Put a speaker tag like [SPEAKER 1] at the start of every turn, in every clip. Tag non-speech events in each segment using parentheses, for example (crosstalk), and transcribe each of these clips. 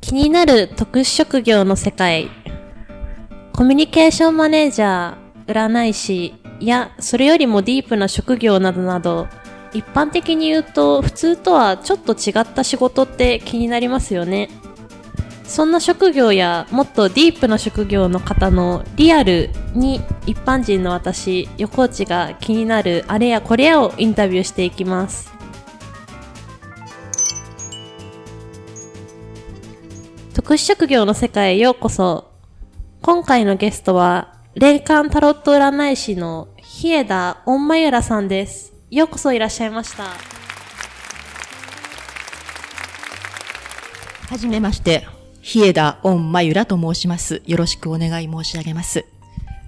[SPEAKER 1] 気になる特殊職業の世界コミュニケーションマネージャー占い師やそれよりもディープな職業などなど一般的に言うと普通とはちょっと違った仕事って気になりますよねそんな職業やもっとディープな職業の方のリアルに一般人の私横内が気になるあれやこれやをインタビューしていきます特殊職業の世界へようこそ今回のゲストは霊感タロット占い師の日枝御まゆらさんですようこそいらっしゃいました
[SPEAKER 2] はじめまして、日枝御まゆらと申します。よろしくお願い申し上げます。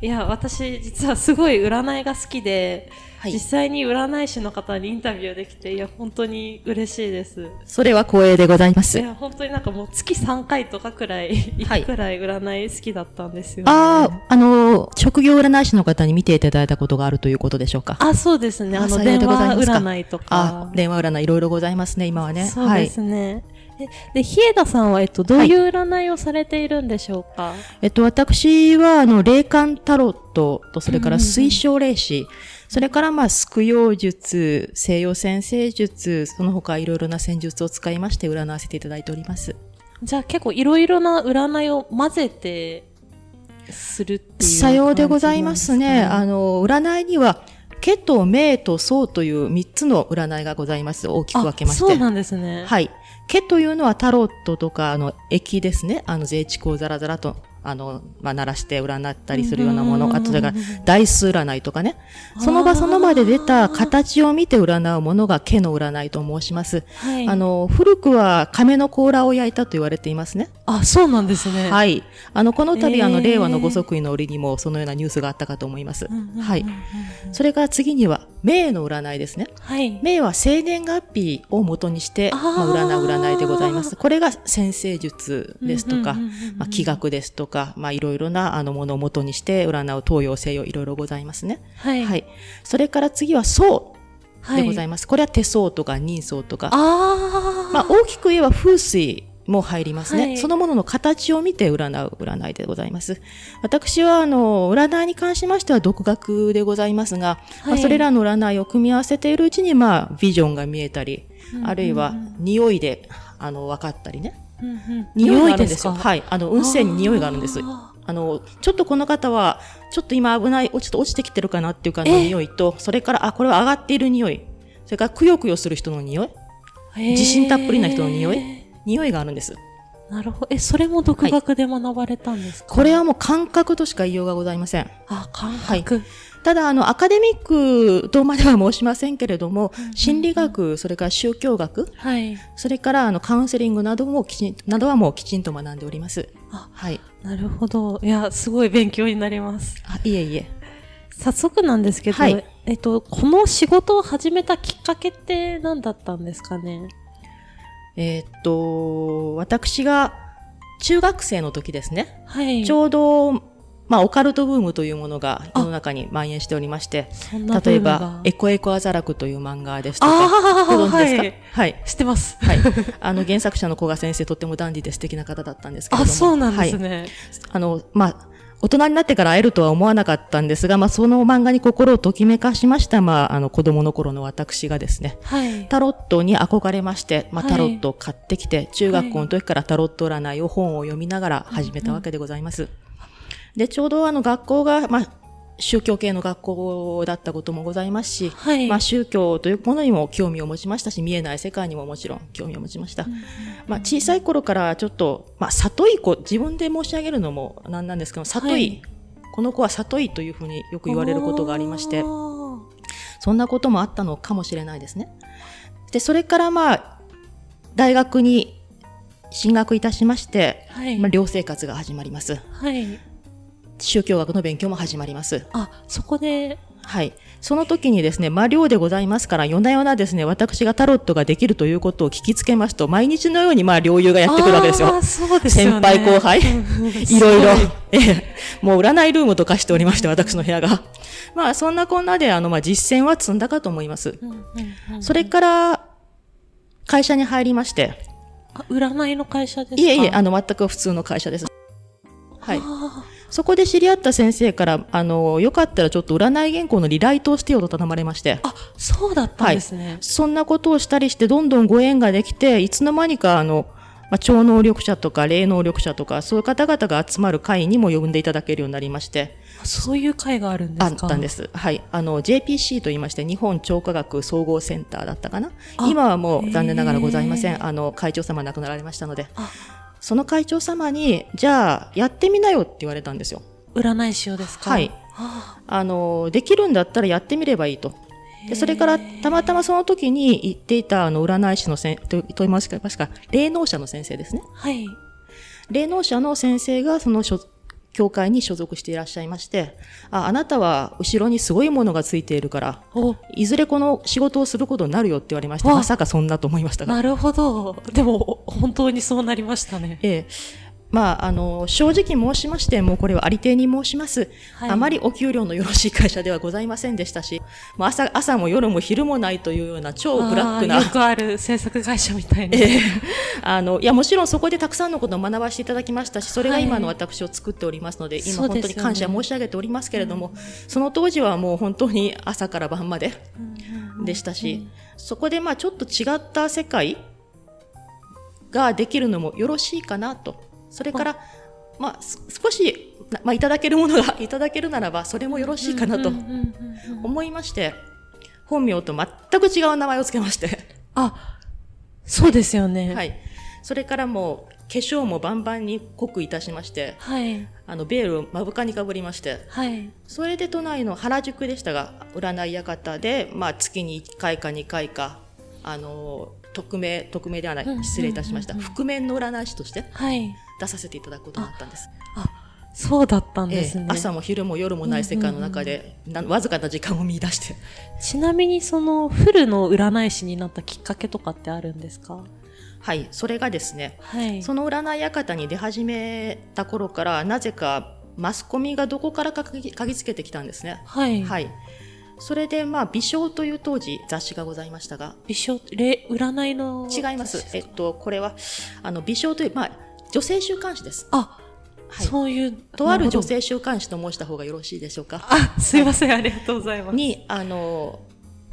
[SPEAKER 1] いや私実はすごい占いが好きで、
[SPEAKER 2] はい
[SPEAKER 1] 実際に占い師の方にインタビューできていや本当に嬉しいです
[SPEAKER 2] それは光栄でございま
[SPEAKER 1] い
[SPEAKER 2] す。
[SPEAKER 1] や本当になんかもう月3回とかくらい (laughs)
[SPEAKER 2] はい
[SPEAKER 1] 行くくらい占い好きだったんですよ、ね
[SPEAKER 2] ああ、あの、職業占い師の方に見ていただいたことがあるということでしょうか。
[SPEAKER 1] あそうですねあの
[SPEAKER 2] あ
[SPEAKER 1] 電
[SPEAKER 2] 幸いでござ
[SPEAKER 1] 話
[SPEAKER 2] いますか
[SPEAKER 1] 占いと
[SPEAKER 2] あ
[SPEAKER 1] か
[SPEAKER 2] 電話占いいろいろございますね、今はね。
[SPEAKER 1] そうですね、えで日枝さんは、えっと、どういう占いをされているんでしょうか、
[SPEAKER 2] えっと、私は、あの、霊感タロットと、それから
[SPEAKER 1] うんうんうん
[SPEAKER 2] 水晶霊視、それから、まあ、救用術、西洋先生術、その他いろいろな戦術を使いまして占わせていただいております。
[SPEAKER 1] じゃあ結構いろいろな占いを混ぜてするっていう
[SPEAKER 2] さようでございますね。
[SPEAKER 1] 感
[SPEAKER 2] あの、占いには、ケと命と相という3つの占いがございます。大き
[SPEAKER 1] じな
[SPEAKER 2] く
[SPEAKER 1] んですかね
[SPEAKER 2] 分けまし
[SPEAKER 1] あ
[SPEAKER 2] て。
[SPEAKER 1] そうなんですね。
[SPEAKER 2] はい。ケというのはタロットとか、あの、液ですね。あの、税畜をザラザラと、あの、まあ、鳴らして占ったりするようなも
[SPEAKER 1] うん
[SPEAKER 2] の。あと、だから、ダイス占いとかね。その
[SPEAKER 1] あー
[SPEAKER 2] 場その場で出た形を見て占うものがケの占いと申します。
[SPEAKER 1] はい、
[SPEAKER 2] あの、古くは亀の甲羅を焼いたと言われていますね。
[SPEAKER 1] あそうなんですね。い。
[SPEAKER 2] はい。あの、この度、あ
[SPEAKER 1] え
[SPEAKER 2] の、
[SPEAKER 1] ー
[SPEAKER 2] 令和のご即位の折にも、そのようなニュースがあったかと思います。はい。それから次には、命の占いですね。
[SPEAKER 1] はい。
[SPEAKER 2] 命は生年月日を元にして、
[SPEAKER 1] あー
[SPEAKER 2] まあ、占う占いでございます。これが先生術ですとか、
[SPEAKER 1] うんうんうんうんうん
[SPEAKER 2] まあ、気学ですとか、まあ、いろいろな、あの、ものを元にして、占う東洋西洋、いろいろございますね。
[SPEAKER 1] はい。
[SPEAKER 2] はい。それから次は、層
[SPEAKER 1] は
[SPEAKER 2] で
[SPEAKER 1] い。
[SPEAKER 2] ございます。これは手相とか人相とか、
[SPEAKER 1] ああ。
[SPEAKER 2] まあ、大きく言えば風水も入りますね、
[SPEAKER 1] はい
[SPEAKER 2] そのものの形を見て占う占いでございます私はあの占いに関しましては独学でございますが、ま
[SPEAKER 1] は
[SPEAKER 2] あ、
[SPEAKER 1] い
[SPEAKER 2] それらの占いを組み合わせているうちに、まあ、ビジョンが見えたり、
[SPEAKER 1] うん
[SPEAKER 2] あるいは匂いであの分かったりね
[SPEAKER 1] うんうん
[SPEAKER 2] が
[SPEAKER 1] 匂い
[SPEAKER 2] ある
[SPEAKER 1] で
[SPEAKER 2] ん
[SPEAKER 1] すか。
[SPEAKER 2] はいあの運勢に匂いがあるんです
[SPEAKER 1] あ
[SPEAKER 2] あのちょっとこの方はちょっと今危ないおちょっと落ちてきてるかなっていう感じの
[SPEAKER 1] え
[SPEAKER 2] 匂いとそれからあこれは上がっている匂いそれからくよくよする人の匂い
[SPEAKER 1] ーへー
[SPEAKER 2] 自信たっぷりな人の匂い匂いがあるんです
[SPEAKER 1] なるほど。え、それも独学で学ばれたんですか、
[SPEAKER 2] これはもう感覚としか言いようがございません。
[SPEAKER 1] あ、感覚。
[SPEAKER 2] ただ、あの、アカデミックとまでは申しませんけれども
[SPEAKER 1] うん、
[SPEAKER 2] 心理学、それから宗教学、
[SPEAKER 1] はい。
[SPEAKER 2] それから、あの、カウンセリングなどもきちん、などはもうきちんと学んでおります。
[SPEAKER 1] あ
[SPEAKER 2] はい。
[SPEAKER 1] なるほど。いや、すごい勉強になります。
[SPEAKER 2] あいえいえ。
[SPEAKER 1] 早速なんですけど、
[SPEAKER 2] はい
[SPEAKER 1] えっと、この仕事を始めたきっかけって何だったんですかね
[SPEAKER 2] えーっと、私が中学生の時ですね。
[SPEAKER 1] はい。
[SPEAKER 2] ちょうど、まあ、オカルトブームというものが世の中に蔓延しておりまして、
[SPEAKER 1] そんな
[SPEAKER 2] 例え
[SPEAKER 1] ブーム
[SPEAKER 2] ば
[SPEAKER 1] が、
[SPEAKER 2] エコエコアザラクという漫画ですとか、
[SPEAKER 1] ああ、
[SPEAKER 2] ご存知
[SPEAKER 1] は
[SPEAKER 2] ですか
[SPEAKER 1] い。
[SPEAKER 2] はい。
[SPEAKER 1] 知って
[SPEAKER 2] (laughs)
[SPEAKER 1] ます。 (laughs)
[SPEAKER 2] はい、あの原作者の古賀先生とってもダンディで素敵な方だったんですけれど
[SPEAKER 1] あ、
[SPEAKER 2] も
[SPEAKER 1] そうなんです
[SPEAKER 2] はい、
[SPEAKER 1] ね。
[SPEAKER 2] あのまあ大人になってから会えるとは思わなかったんですが、まあ、その漫画に心をときめかしました、まあ、あの子供の頃の私がですね
[SPEAKER 1] はい。
[SPEAKER 2] タロットに憧れまして、まあ、
[SPEAKER 1] はい
[SPEAKER 2] タロットを買ってきて、中学校の時からタロット占いを本を読みながら始めたわけでございます、でちょうどあの学校が、まあ、宗教系の学校だったこともございますし、
[SPEAKER 1] はい。
[SPEAKER 2] まあ、宗教というものにも興味を持ちましたし見えない世界にももちろん興味を持ちました、まあ、小さい頃からちょっと、まあ、里い子自分で申し上げるのもなんなんですけど里い、
[SPEAKER 1] はい
[SPEAKER 2] この子は里いというふうによく言われることがありまして
[SPEAKER 1] あー
[SPEAKER 2] そんなこともあったのかもしれないですねでそれからまあ大学に進学いたしまして、
[SPEAKER 1] はい。
[SPEAKER 2] まあ、寮生活が始まります
[SPEAKER 1] はい。
[SPEAKER 2] 宗教学の勉強も始まります
[SPEAKER 1] あ、そこで、
[SPEAKER 2] はい。その時にですね、まあ、寮でございますから、夜な夜なですね、私がタロットができるということを聞きつけますと、毎日のように、まあ、猟友がやってくるわけです
[SPEAKER 1] あ
[SPEAKER 2] よ
[SPEAKER 1] ー。そうですよね。
[SPEAKER 2] 先輩後輩
[SPEAKER 1] うんうん
[SPEAKER 2] いろいろ
[SPEAKER 1] すご。
[SPEAKER 2] ええ。もう占いルームと化しておりまして、私の部屋が。まあ、そんなこんなで、あの、まあ、実践は積んだかと思います。
[SPEAKER 1] うんうんうん
[SPEAKER 2] それから、会社に入りまして、
[SPEAKER 1] あ占いの会社ですか
[SPEAKER 2] いえいえ、あの、全く普通の会社です。はい。
[SPEAKER 1] あ
[SPEAKER 2] そこで知り合った先生から、あの、よかったらちょっと占い原稿のリライトをしてよと頼まれまして
[SPEAKER 1] ー。あそうだったんですね、
[SPEAKER 2] そんなことをしたりして、どんどんご縁ができて、いつの間にか、あの、まあ、超能力者とか、霊能力者とか、そういう方々が集まる会にも呼んでいただけるようになりまして、
[SPEAKER 1] そういう会があるんで
[SPEAKER 2] あっ
[SPEAKER 1] すか
[SPEAKER 2] たんです。はい。あの、JPC と言いまして、日本超科学総合センターだったかな
[SPEAKER 1] あ。
[SPEAKER 2] 今はもう残念ながらございませ
[SPEAKER 1] へ
[SPEAKER 2] ん。あの、会長様亡くなられましたので、
[SPEAKER 1] あ
[SPEAKER 2] その会長様に、じゃあ、やってみなよって言われたんですよ。
[SPEAKER 1] 占い師をですか
[SPEAKER 2] はい
[SPEAKER 1] あ
[SPEAKER 2] あの、できるんだったらやってみればいいと。
[SPEAKER 1] へー
[SPEAKER 2] でそれから、たまたまその時に行っていた、あの、占い師のせん、と、と言いますか、確か、霊能者の先生ですね。
[SPEAKER 1] はい
[SPEAKER 2] 霊能者の先生が、その所、教会に所属していらっしゃいまして、あ、あなたは後ろにすごいものがついているから、
[SPEAKER 1] お
[SPEAKER 2] いずれこの仕事をすることになるよって言われまして、
[SPEAKER 1] わあ
[SPEAKER 2] まさかそんなと思いましたが。
[SPEAKER 1] なるほどでも本当にそうなりましたね
[SPEAKER 2] ええ。まあ、あの、正直申しまして、もうこれはありていに申します。
[SPEAKER 1] はい
[SPEAKER 2] あまりお給料のよろしい会社ではございませんでしたし、もう朝、朝も夜も昼もないというような超ブラック
[SPEAKER 1] あ
[SPEAKER 2] な
[SPEAKER 1] ーよ、くある制作会社みたいな、
[SPEAKER 2] (laughs) あの、いや、もちろんそこでたくさんのことを学ばせていただきましたし、それが
[SPEAKER 1] はい
[SPEAKER 2] 今の私を作っておりますので、
[SPEAKER 1] そ
[SPEAKER 2] 今
[SPEAKER 1] うですよね
[SPEAKER 2] 本当に感謝申し上げておりますけれども、その当時はもう本当に朝から晩まででしたし、そこでまあちょっと違った世界ができるのもよろしいかなと。それから、まあす少し、なまあいただけるものが (laughs) いただけるならば、それもよろしいかなと
[SPEAKER 1] うんうんうんうんうん
[SPEAKER 2] 思いまして、本名と全く違う名前をつけまして。
[SPEAKER 1] あそうですよね
[SPEAKER 2] はい。それからもう、化粧もバンバンに濃くいたしまして、
[SPEAKER 1] はい
[SPEAKER 2] あの、ベールを目深にかぶりまして、
[SPEAKER 1] はい
[SPEAKER 2] それで都内の原宿でしたが、占い館で、まあ、月に1回か2回か、あの、匿名、匿名ではな
[SPEAKER 1] うんうんうんう
[SPEAKER 2] い、
[SPEAKER 1] ん
[SPEAKER 2] 失礼いたしました。覆面の占い師として
[SPEAKER 1] はい
[SPEAKER 2] 出させていただくことになったんです。
[SPEAKER 1] あそうだったん
[SPEAKER 2] え
[SPEAKER 1] です
[SPEAKER 2] え
[SPEAKER 1] ね、
[SPEAKER 2] 朝も昼も夜もない世界の中で、なわずかな時間を見出して。
[SPEAKER 1] ちなみにそのフルの占い師になったきっかけとかってあるんですか
[SPEAKER 2] はい、それがですね、
[SPEAKER 1] はい
[SPEAKER 2] その占い館に出始めた頃から、なぜかマスコミがどこからか嗅ぎ嗅ぎつけてきたんですね。
[SPEAKER 1] はい、
[SPEAKER 2] はい。それで、まあ、美少という当時雑誌がございましたが、
[SPEAKER 1] 美少れ占いの
[SPEAKER 2] 違います。えっと、これは、あの、美少という、まあ、女性週刊誌です。
[SPEAKER 1] あ、
[SPEAKER 2] はい
[SPEAKER 1] そういう
[SPEAKER 2] とある女
[SPEAKER 1] なほ
[SPEAKER 2] 性週刊誌と申した方がよろしいでしょうか。
[SPEAKER 1] どあすいませんありがとうございます
[SPEAKER 2] に、あの、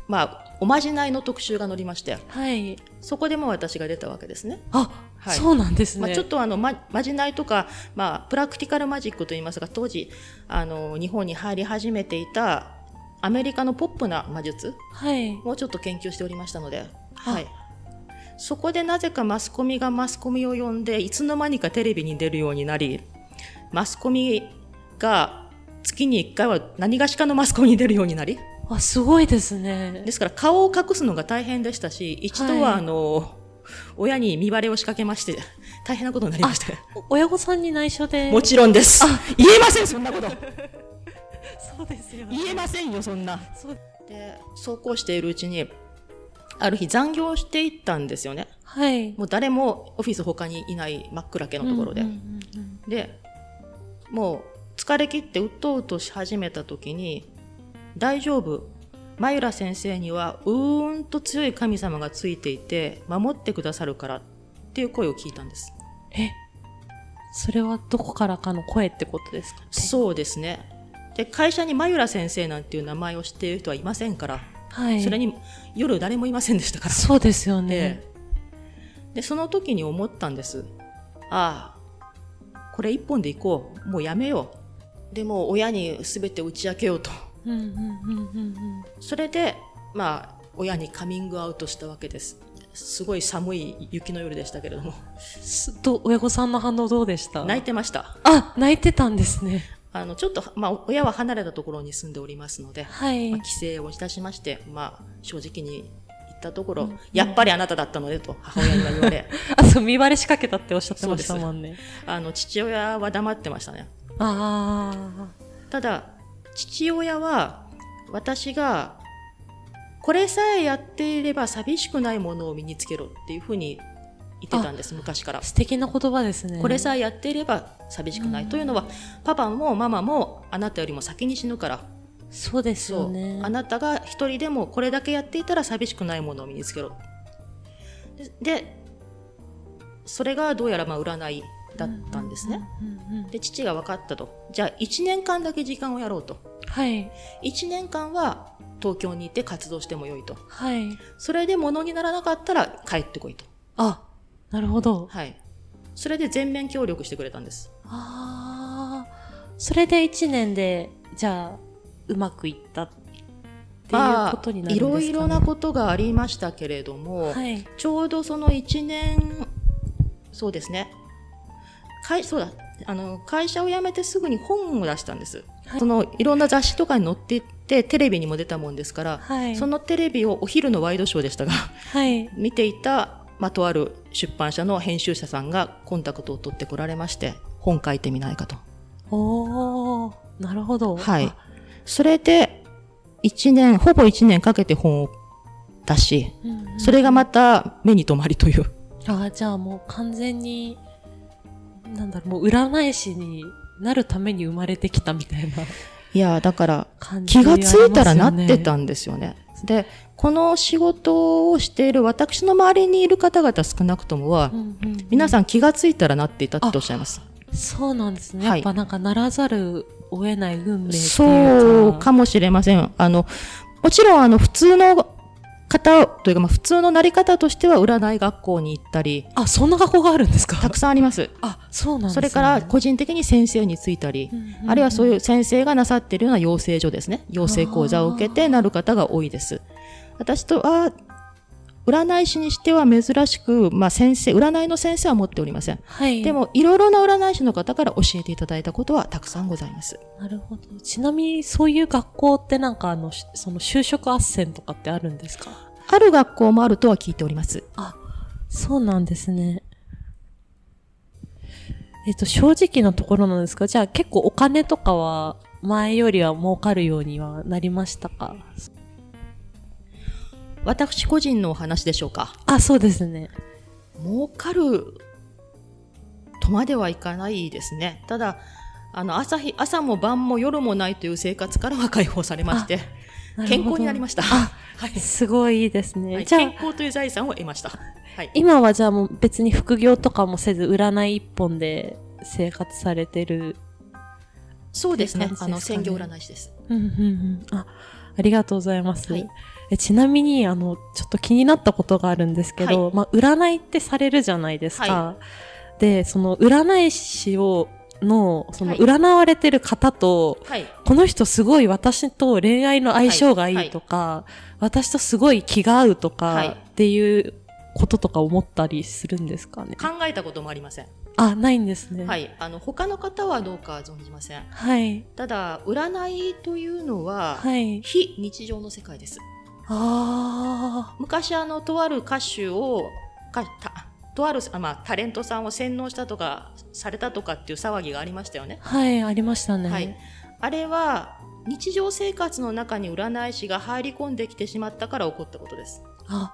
[SPEAKER 2] まあ、おまじないの特集が載りまして、
[SPEAKER 1] はい
[SPEAKER 2] そこでもう私が出たわけですね。
[SPEAKER 1] あ、
[SPEAKER 2] はい
[SPEAKER 1] そうなんですね、
[SPEAKER 2] まあ、ちょっとあのままじないとか、まあ、プラクティカルマジックといいますが当時あの日本に入り始めていたアメリカのポップな魔術
[SPEAKER 1] はい
[SPEAKER 2] もうちょっと研究しておりましたので、はい、そこでなぜかマスコミがマスコミを呼んでいつの間にかテレビに出るようになりマスコミが月に1回は何がしかのマスコミに出るようになり
[SPEAKER 1] あすごいですね
[SPEAKER 2] ですから顔を隠すのが大変でしたし一度
[SPEAKER 1] は
[SPEAKER 2] はいあの、親に見バレを仕掛けまして大変なことになりました。
[SPEAKER 1] お親御さんに内緒で
[SPEAKER 2] もちろんです。言えません、そんなこと。
[SPEAKER 1] そうですよね
[SPEAKER 2] 言えませんよ、そんな。
[SPEAKER 1] そう
[SPEAKER 2] で、そうこうしているうちに、ある日残業していったんですよね。
[SPEAKER 1] はい
[SPEAKER 2] もう誰もオフィス他にいない真っ暗けのところで。
[SPEAKER 1] うんうんうん
[SPEAKER 2] で、もう疲れ切ってうっとうとし始めた時に、大丈夫。マユラ先生にはうーんと強い神様がついていて守ってくださるからっていう声を聞いたんです。
[SPEAKER 1] うんえそれはどこからかの声ってことですかね
[SPEAKER 2] そうですね。で、会社にマユラ先生なんていう名前を知っている人はいませんから、
[SPEAKER 1] はい
[SPEAKER 2] それに夜誰もいませんでしたから。
[SPEAKER 1] そうですよね
[SPEAKER 2] で、でその時に思ったんです。ああ、これ一本で行こう。もうやめよう。でもう親に全て打ち明けようと。
[SPEAKER 1] うんうんうんうんうん
[SPEAKER 2] それで、まあ、親にカミングアウトしたわけです。すごい寒い雪の夜でしたけれども、
[SPEAKER 1] すどう親御さんの反応どうでした
[SPEAKER 2] 泣いてました。
[SPEAKER 1] あ泣いてたんですね
[SPEAKER 2] あの、ちょっと、まあ、親は離れたところに住んでおりますので、
[SPEAKER 1] はい、
[SPEAKER 2] まあ、帰省をいたしまして、まあ、正直に言ったところ、
[SPEAKER 1] うん
[SPEAKER 2] やっぱりあなただったのねと母親には言われ
[SPEAKER 1] あそう見バレ仕掛けたっておっしゃってましたもんね
[SPEAKER 2] あの父親は黙ってましたね
[SPEAKER 1] あ
[SPEAKER 2] ただ父親は私がこれさえやっていれば寂しくないものを身につけろっていうふうに言ってたんです昔から
[SPEAKER 1] あ、素敵な言葉ですね
[SPEAKER 2] これさえやっていれば寂しくない、
[SPEAKER 1] うん
[SPEAKER 2] というのはパパもママもあなたよりも先に死ぬから
[SPEAKER 1] そうですよね
[SPEAKER 2] あなたが一人でもこれだけやっていたら寂しくないものを身につけろででそれがどうやらまあ占いだったんですね。
[SPEAKER 1] うんうん
[SPEAKER 2] で父が分かったとじゃあ1年間だけ時間をやろうと
[SPEAKER 1] はい
[SPEAKER 2] 1年間は東京にいて活動してもよいと
[SPEAKER 1] はい
[SPEAKER 2] それで物にならなかったら帰ってこいと
[SPEAKER 1] あなるほど
[SPEAKER 2] はいそれで全面協力してくれたんです
[SPEAKER 1] ああそれで1年でじゃあうまくいったっていうことになるんですか、ね
[SPEAKER 2] いろいろなことがありましたけれども、
[SPEAKER 1] はい
[SPEAKER 2] ちょうどその1年そうですね会そうだあの会社を辞めてすぐに本を出したんです、
[SPEAKER 1] はい
[SPEAKER 2] そのいろんな雑誌とかに載っていってテレビにも出たもんですから、
[SPEAKER 1] はい
[SPEAKER 2] そのテレビをお昼のワイドショーでしたが
[SPEAKER 1] はい
[SPEAKER 2] 見ていた、まあ、とある出版社の編集者さんがコンタクトを取ってこられまして本書いてみないかと。
[SPEAKER 1] おおなるほど
[SPEAKER 2] はい
[SPEAKER 1] あ。
[SPEAKER 2] それで、一年、ほぼ一年かけて本を出し、
[SPEAKER 1] うんうん
[SPEAKER 2] それがまた目に留まりという。
[SPEAKER 1] ああ、じゃあもう完全に、なんだろう、もう占い師になるために生まれてきたみた
[SPEAKER 2] (laughs)
[SPEAKER 1] いない
[SPEAKER 2] や、だから、
[SPEAKER 1] 感じ、
[SPEAKER 2] 気がついたらなってた
[SPEAKER 1] ん
[SPEAKER 2] んですよね。で、この仕事をしている私の周りにいる方々少なくともは、皆さん気がついたらなっていたっておっしゃいます。
[SPEAKER 1] ん。そうなんですね。
[SPEAKER 2] は
[SPEAKER 1] や
[SPEAKER 2] い
[SPEAKER 1] っぱなんかならざるを得ない運命っていうか。
[SPEAKER 2] そうかもしれません。あの、もちろん、あの、普通の方というか、まあ、普通のなり方としては、占い学校に行ったり、
[SPEAKER 1] あ、そんな学校があるんですか
[SPEAKER 2] たくさんあります。
[SPEAKER 1] あ、そうなんですね。
[SPEAKER 2] それから個人的に先生についたり、
[SPEAKER 1] うん、
[SPEAKER 2] あるいはそう
[SPEAKER 1] う
[SPEAKER 2] い
[SPEAKER 1] ん。
[SPEAKER 2] う先生がなさっているような養成所ですね。養成講座を受けてなる方が多いです。私とは、占い師にしては珍しく、まあ先生、占いの先生は持っておりません。
[SPEAKER 1] はい。
[SPEAKER 2] で、も、いろいろな占い師の方から教えていただいたことはたくさんございます。
[SPEAKER 1] なるほど。ちなみに、そういう学校ってなんかあの、しその就職斡旋とかってあるんですか
[SPEAKER 2] ある学校もあるとは聞いております。
[SPEAKER 1] あ、そうなんですね。えっと、正直なところなんですが、じゃあ結構お金とかは前よりは儲かるようにはなりましたか
[SPEAKER 2] 私個人のお話でしょうか。
[SPEAKER 1] あ、そうですね。
[SPEAKER 2] 儲かるとまではいかないですね。ただ、あの朝日、朝も晩も夜もないという生活からは解放されまして、健康になりま
[SPEAKER 1] し
[SPEAKER 2] した。
[SPEAKER 1] あ
[SPEAKER 2] はい
[SPEAKER 1] た。すごいいいですね。
[SPEAKER 2] はい
[SPEAKER 1] じゃ
[SPEAKER 2] 健
[SPEAKER 1] あ、
[SPEAKER 2] 康という財産を得ました。はい。
[SPEAKER 1] 今はじゃあもう別に副業とかもせず、占い一本で生活されてる。
[SPEAKER 2] そうですね。
[SPEAKER 1] っていう
[SPEAKER 2] あ
[SPEAKER 1] 感じ
[SPEAKER 2] の、
[SPEAKER 1] ですかね
[SPEAKER 2] 専業占い師です。
[SPEAKER 1] うんうんうん。あ、ありがとうございます。
[SPEAKER 2] はい
[SPEAKER 1] えちなみに、あの、ちょっと気になったことがあるんですけど、まあ、占いってされるじゃないですか。
[SPEAKER 2] は
[SPEAKER 1] で、その、占い師を、の、その、
[SPEAKER 2] はい
[SPEAKER 1] 占われてる方と、
[SPEAKER 2] はい。
[SPEAKER 1] この人すごい私と恋愛の相性がいいとか、私とすごい気が合うとか、
[SPEAKER 2] はい
[SPEAKER 1] っていうこととか思ったりするんですかね。
[SPEAKER 2] 考えたこともありません。
[SPEAKER 1] あ、ないんですね。。
[SPEAKER 2] はいい。あの、他の方はどうか存じません。
[SPEAKER 1] はい。
[SPEAKER 2] ただ、占いというのは、
[SPEAKER 1] はい。
[SPEAKER 2] 非日常の世界です。
[SPEAKER 1] あ
[SPEAKER 2] 昔、あの、とある歌手を、かたとあるあ、まあ、タレントさんを洗脳したとか、されたとかっていう騒ぎがありましたよね。
[SPEAKER 1] あ。はい、ありましたね。
[SPEAKER 2] はい。あれは、日常生活の中に占い師が入り込んできてしまったから起こったことです。
[SPEAKER 1] あ、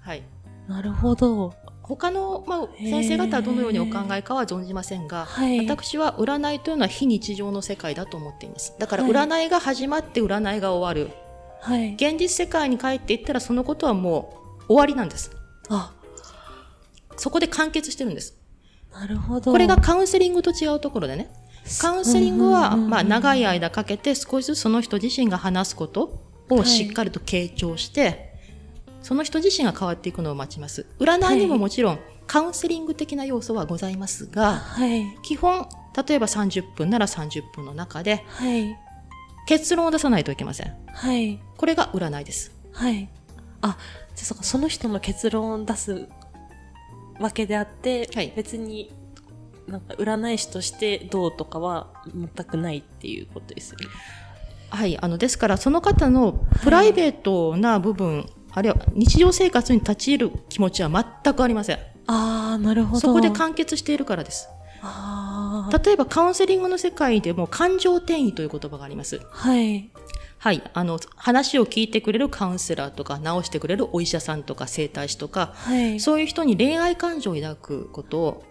[SPEAKER 2] はい。
[SPEAKER 1] なるほど。
[SPEAKER 2] 他の、まあ、
[SPEAKER 1] へー
[SPEAKER 2] 先生方はどのようにお考えかは存じませんが、
[SPEAKER 1] はい。
[SPEAKER 2] 私は占いというのは非日常の世界だと思っていますだから
[SPEAKER 1] はい
[SPEAKER 2] 占いが始まって占いが終わる
[SPEAKER 1] はい。
[SPEAKER 2] 現実世界に帰っていったらそのことはもう終わりなんです
[SPEAKER 1] あ、
[SPEAKER 2] そこで完結してるんです
[SPEAKER 1] なるほど。
[SPEAKER 2] これがカウンセリングと違うところでねカウンセリング
[SPEAKER 1] う
[SPEAKER 2] は、
[SPEAKER 1] んうんうんうん
[SPEAKER 2] まあ、長い間かけて少しずつその人自身が話すことをしっかりと傾聴して、その人自身が変わっていくのを待ちます占いにももちろんカウンセリング的な要素はございますが、
[SPEAKER 1] はい。
[SPEAKER 2] 基本例えば30分なら30分の中で
[SPEAKER 1] はい。
[SPEAKER 2] 結論を出さないといけません
[SPEAKER 1] はい。
[SPEAKER 2] これが占いです
[SPEAKER 1] はい。あ、じゃあそうか、その人の結論を出すわけであって、
[SPEAKER 2] はい
[SPEAKER 1] 別に、なんか占い師としてどうとかは全くないっていうことですよね。
[SPEAKER 2] はいあのですからその方のプライベートな部分、あるいは日常生活に立ち入る気持ちは全くありません
[SPEAKER 1] ああ、なるほど。
[SPEAKER 2] そこで完結しているからです
[SPEAKER 1] ああ。
[SPEAKER 2] 例えばカウンセリングの世界でも感情転移という言葉があります
[SPEAKER 1] はい。
[SPEAKER 2] はいあの話を聞いてくれるカウンセラーとか治してくれるお医者さんとか整体師とか
[SPEAKER 1] はい。
[SPEAKER 2] そういう人に恋愛感情を抱くことを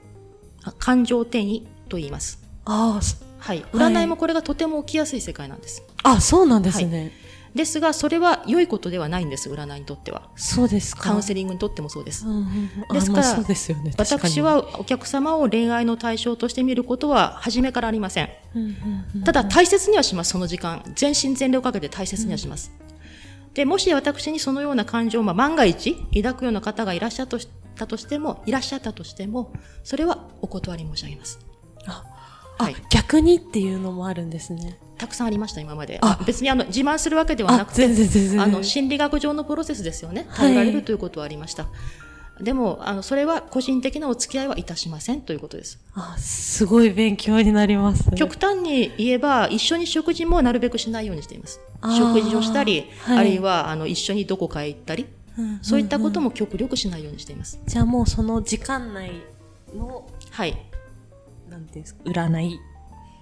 [SPEAKER 2] あ感情転移と言います
[SPEAKER 1] ああ、そ
[SPEAKER 2] はい、占いもこれがとても起きやすい世界なんです。
[SPEAKER 1] あ、そうなんですね。
[SPEAKER 2] ですが、それは良いことではないんです、占いにとっては。
[SPEAKER 1] そうですか。
[SPEAKER 2] カウンセリングにとってもそうです。
[SPEAKER 1] うんうんうん
[SPEAKER 2] ですから
[SPEAKER 1] あまあそうですよね。確かに
[SPEAKER 2] 私、はお客様を恋愛の対象として見ることは初めからありません。
[SPEAKER 1] うんうんうん
[SPEAKER 2] ただ大切にはします、その時間。全身全霊をかけて大切にはします。で、もし私にそのような感情を、まあ、万が一抱くような方がいらっしゃったとしったとしても、いらっしゃったとしても、それはお断り申し上げます。はい。
[SPEAKER 1] 逆にっていうのもあるんですね。
[SPEAKER 2] たくさんありました、今まで。
[SPEAKER 1] あ
[SPEAKER 2] 別にあの、自慢するわけではな
[SPEAKER 1] あ
[SPEAKER 2] く、て、
[SPEAKER 1] 全然全然。
[SPEAKER 2] あの、心理学上のプロセスですよね。
[SPEAKER 1] はい
[SPEAKER 2] 耐えられるということはありました。でも、あの、それは個人的なお付き合いはいたしませんということです。
[SPEAKER 1] あ、すごい勉強になります。
[SPEAKER 2] 極端に言えば一緒に食事もなるべくしないようにしています
[SPEAKER 1] あー
[SPEAKER 2] 食事をしたり、
[SPEAKER 1] はい
[SPEAKER 2] あるいはあの一緒にどこかへ行ったり
[SPEAKER 1] うんうんうん
[SPEAKER 2] そういったことも極力しないようにしています、
[SPEAKER 1] じゃあもうその時間内の、
[SPEAKER 2] はい
[SPEAKER 1] なんていうんですか、占い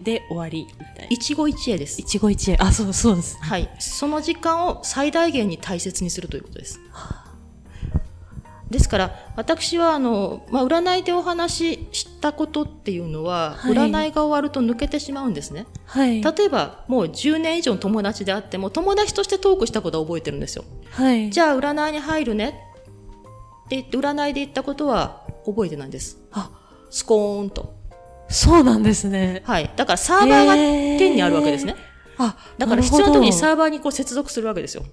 [SPEAKER 1] で終わりみたいな。
[SPEAKER 2] 一期一会です
[SPEAKER 1] 一期一会。あ、そうそうです。
[SPEAKER 2] はいその時間を最大限に大切にするということですですから私はあの、まあ、占いでお話ししたことっていうのは、
[SPEAKER 1] はい
[SPEAKER 2] 占いが終わると抜けてしまうんですね
[SPEAKER 1] はい。
[SPEAKER 2] 例えばもう10年以上の友達であっても友達としてトークしたことは覚えてるんですよ
[SPEAKER 1] はい。
[SPEAKER 2] じゃあ占いに入るねって言って占いで言ったことは覚えてないんです。
[SPEAKER 1] あ、
[SPEAKER 2] スコーンと。
[SPEAKER 1] そうなんですね。
[SPEAKER 2] はい。だからサーバーが
[SPEAKER 1] へー
[SPEAKER 2] 天にあるわけですね。
[SPEAKER 1] あ、
[SPEAKER 2] だから必要な
[SPEAKER 1] と
[SPEAKER 2] 時に
[SPEAKER 1] ー
[SPEAKER 2] サーバーにこう接続するわけですよ。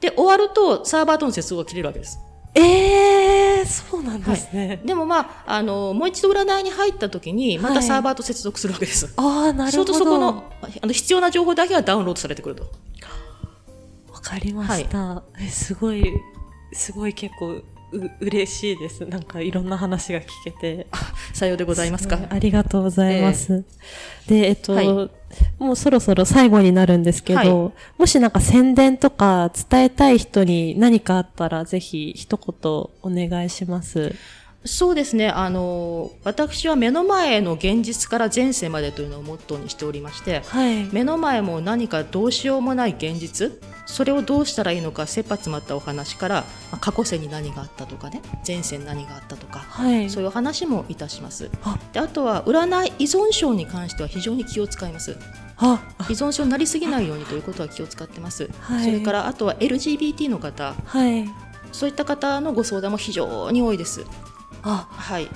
[SPEAKER 2] で、終わるとサーバーとの接続が切れるわけです。
[SPEAKER 1] ええー、そうなんですね。
[SPEAKER 2] でもまあ、あの、もう一度占いに入った時に、ま
[SPEAKER 1] は
[SPEAKER 2] た
[SPEAKER 1] い
[SPEAKER 2] サーバーと接続するわけです。
[SPEAKER 1] ああ、なる
[SPEAKER 2] そ
[SPEAKER 1] ほ
[SPEAKER 2] う
[SPEAKER 1] ど。
[SPEAKER 2] するとそこの、あの、必要な情報だけがダウンロードされてくると。
[SPEAKER 1] わかりました、えすごい、すごい結構う嬉しいです。なんかいろんな話が聞けて。
[SPEAKER 2] さようでございますか。
[SPEAKER 1] ごありがとうございます。で、えっと、
[SPEAKER 2] はい
[SPEAKER 1] もうそろそろ最後になるんですけど、
[SPEAKER 2] は
[SPEAKER 1] もしなんか宣伝とか伝えたい人に何かあったら、ぜひ一言お願いします。
[SPEAKER 2] そうですねあの私は目の前の現実から前世までというのをモットーにしておりまして
[SPEAKER 1] はい。
[SPEAKER 2] 目の前も何かどうしようもない現実それをどうしたらいいのか切羽詰まったお話からまあ過去世に何があったとかね前世に何があったとか
[SPEAKER 1] はい。
[SPEAKER 2] そういう話もいたします
[SPEAKER 1] あ
[SPEAKER 2] であとは占い依存症に関しては非常に気を使います
[SPEAKER 1] あ、あ
[SPEAKER 2] 依存症になりすぎないようにということは気を使ってます、
[SPEAKER 1] はい
[SPEAKER 2] それからあとは LGBT の方
[SPEAKER 1] はい。
[SPEAKER 2] そういった方のご相談も非常に多いです
[SPEAKER 1] あ、
[SPEAKER 2] はい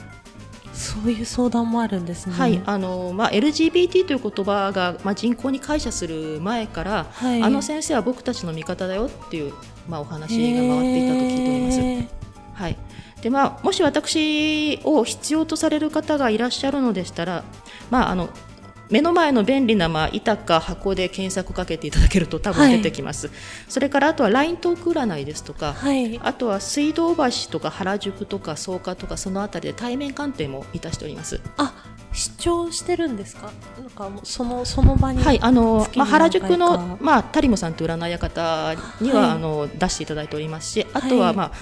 [SPEAKER 1] そういう相談もあるんですね。
[SPEAKER 2] はい、あのまあ、LGBT という言葉が、まあ、人口に解釈する前から、
[SPEAKER 1] はい
[SPEAKER 2] あの先生は僕たちの味方だよっていう、まあ、お話が回っていたと聞いております。
[SPEAKER 1] へー
[SPEAKER 2] はいでまあ、もし私を必要とされる方がいらっしゃるのでしたら、まあ、あの目の前の便利な、まあ、板か箱で検索かけていただけると多分出てきます、それからあとは LINE トーク占いですとか、
[SPEAKER 1] はい。
[SPEAKER 2] あとは水道橋とか原宿とか草加とかそのあたりで対面鑑定もいたしております。
[SPEAKER 1] あ、主張してるんですか。なんかもうそのその場に。
[SPEAKER 2] はい、あの
[SPEAKER 1] 月、に
[SPEAKER 2] まあ、原宿
[SPEAKER 1] 何回か、
[SPEAKER 2] のまあ、タリムさんという占い方には、
[SPEAKER 1] はい
[SPEAKER 2] あの出していただいておりますしあと
[SPEAKER 1] は
[SPEAKER 2] は、
[SPEAKER 1] い
[SPEAKER 2] まあ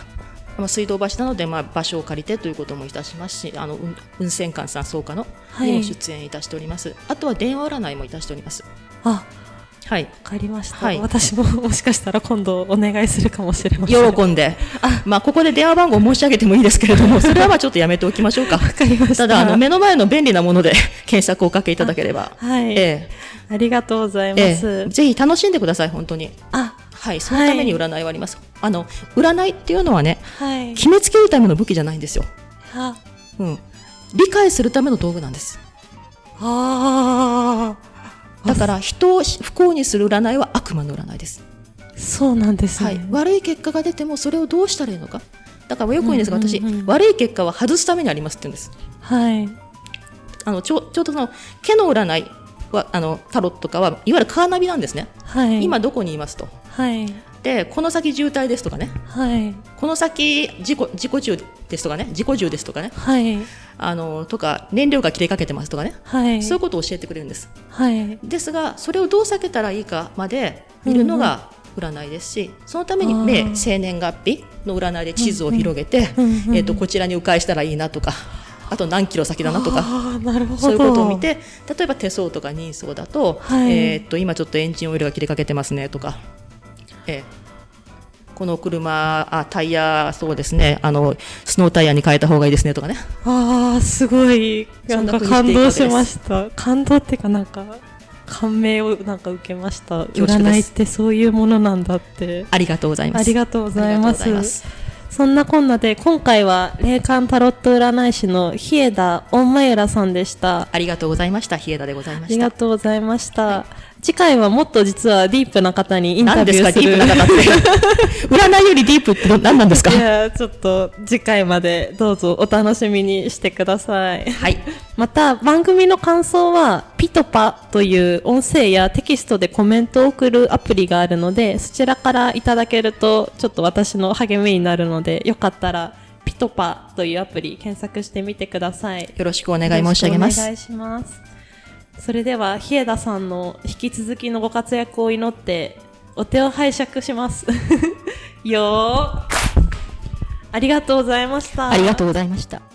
[SPEAKER 2] まあ、水道橋なので、まあ、場所を借りてということもいたしますしあの運運船館さん草加の
[SPEAKER 1] はい
[SPEAKER 2] にも出演いたしております、あとは電話占いもいたしております。
[SPEAKER 1] あ、わ
[SPEAKER 2] はい
[SPEAKER 1] かりました。
[SPEAKER 2] はい
[SPEAKER 1] 私ももしかしたら今度お願いするかもしれません。
[SPEAKER 2] 喜んで、まあ、ここで電話番号を申し上げてもいいですけ
[SPEAKER 1] (laughs)
[SPEAKER 2] れども、それはまあちょっとやめておきましょうか。
[SPEAKER 1] した
[SPEAKER 2] だあの、目の前の便利なもので検索をおかけいただければ、
[SPEAKER 1] はい、
[SPEAKER 2] え
[SPEAKER 1] ありがとうござい
[SPEAKER 2] え
[SPEAKER 1] ま
[SPEAKER 2] え
[SPEAKER 1] す。
[SPEAKER 2] え、ぜひ楽しんでください、本当に。
[SPEAKER 1] あ、
[SPEAKER 2] はい、そのために占いはあります。あの占いっていうのはね、
[SPEAKER 1] はい。
[SPEAKER 2] 決めつけるための武器じゃないんですよ。
[SPEAKER 1] あ、
[SPEAKER 2] うん、理解するための道具なんです。
[SPEAKER 1] あ
[SPEAKER 2] だから人を不幸にする占いは悪魔の占いです。
[SPEAKER 1] ー、そうなんですね。
[SPEAKER 2] はい、悪い結果が出てもそれをどうしたらいいのか。だからよく言うんですが、
[SPEAKER 1] うんうん
[SPEAKER 2] 私、
[SPEAKER 1] うん
[SPEAKER 2] 悪い結果は外すためにありますって言うんです。
[SPEAKER 1] はい。
[SPEAKER 2] あのちょちょうどその毛の占いはあのタロットとかはいわゆるカーナビなんですね。
[SPEAKER 1] はい。
[SPEAKER 2] 今。どこにいますと。
[SPEAKER 1] はい。
[SPEAKER 2] でこの先渋滞ですとかね。
[SPEAKER 1] はい。
[SPEAKER 2] この先事故事故中ですとかね。事故中ですとかね。
[SPEAKER 1] はい。
[SPEAKER 2] あのとか燃料が切れかけてますとかね、
[SPEAKER 1] はい。
[SPEAKER 2] そういうことを教えてくれるんです
[SPEAKER 1] はい。
[SPEAKER 2] ですがそれをどう避けたらいいかまで見るのが占いですしそのために
[SPEAKER 1] あー
[SPEAKER 2] 目生年月日の占いで地図を広げて、
[SPEAKER 1] うんうんうん
[SPEAKER 2] えー、とこちらに迂回したらいいなとかあと何キロ先だなとか。
[SPEAKER 1] あーなるほど。
[SPEAKER 2] そういうことを見。て例えば手相とか人相だと,、
[SPEAKER 1] はい
[SPEAKER 2] えー、と今ちょっとエンジンオイルが切れかけてますねとか、えーこの車あタイヤそうですねあのスノータイヤに変えた方がいいですねとかね
[SPEAKER 1] ああ、すごい、なんか
[SPEAKER 2] そん
[SPEAKER 1] 感
[SPEAKER 2] な風に
[SPEAKER 1] 動
[SPEAKER 2] して
[SPEAKER 1] し
[SPEAKER 2] いくわけです
[SPEAKER 1] ました。感動っていうかなんか、感銘をなんか受けました
[SPEAKER 2] 恐縮です
[SPEAKER 1] 占いってそういうものなんだって
[SPEAKER 2] ありがとうございま
[SPEAKER 1] あ
[SPEAKER 2] す。
[SPEAKER 1] りがとうございま。
[SPEAKER 2] ありがとうございます
[SPEAKER 1] そんなこんなで今回は霊感タロット占い師の日枝御前浦さんでした。
[SPEAKER 2] ありがとうございました。日枝でございま
[SPEAKER 1] あ
[SPEAKER 2] し
[SPEAKER 1] り
[SPEAKER 2] た
[SPEAKER 1] が。とうございました、次回はもっと実はディープな方にインタ
[SPEAKER 2] 何
[SPEAKER 1] ビュ
[SPEAKER 2] です
[SPEAKER 1] ー
[SPEAKER 2] か
[SPEAKER 1] す
[SPEAKER 2] ディ
[SPEAKER 1] る
[SPEAKER 2] ープな方って。占いよりディープって (laughs) 何なんですか
[SPEAKER 1] いやちょっと次回までどうぞお楽しみにしてください。
[SPEAKER 2] はい。
[SPEAKER 1] また番組の感想はピトパという音声やテキストでコメントを送るアプリがあるのでそちらからいただけるとちょっと私の励みになるのでよかったらピトパというアプリ検索してみてください。
[SPEAKER 2] よろしくお願い申し上げ
[SPEAKER 1] よ
[SPEAKER 2] ま
[SPEAKER 1] ろ
[SPEAKER 2] す。
[SPEAKER 1] しくお願いします。それでは、日枝さんの引き続きのご活躍を祈って、お手を拝借します。 (laughs) よー。ありがとうございました。
[SPEAKER 2] ありがとうございました。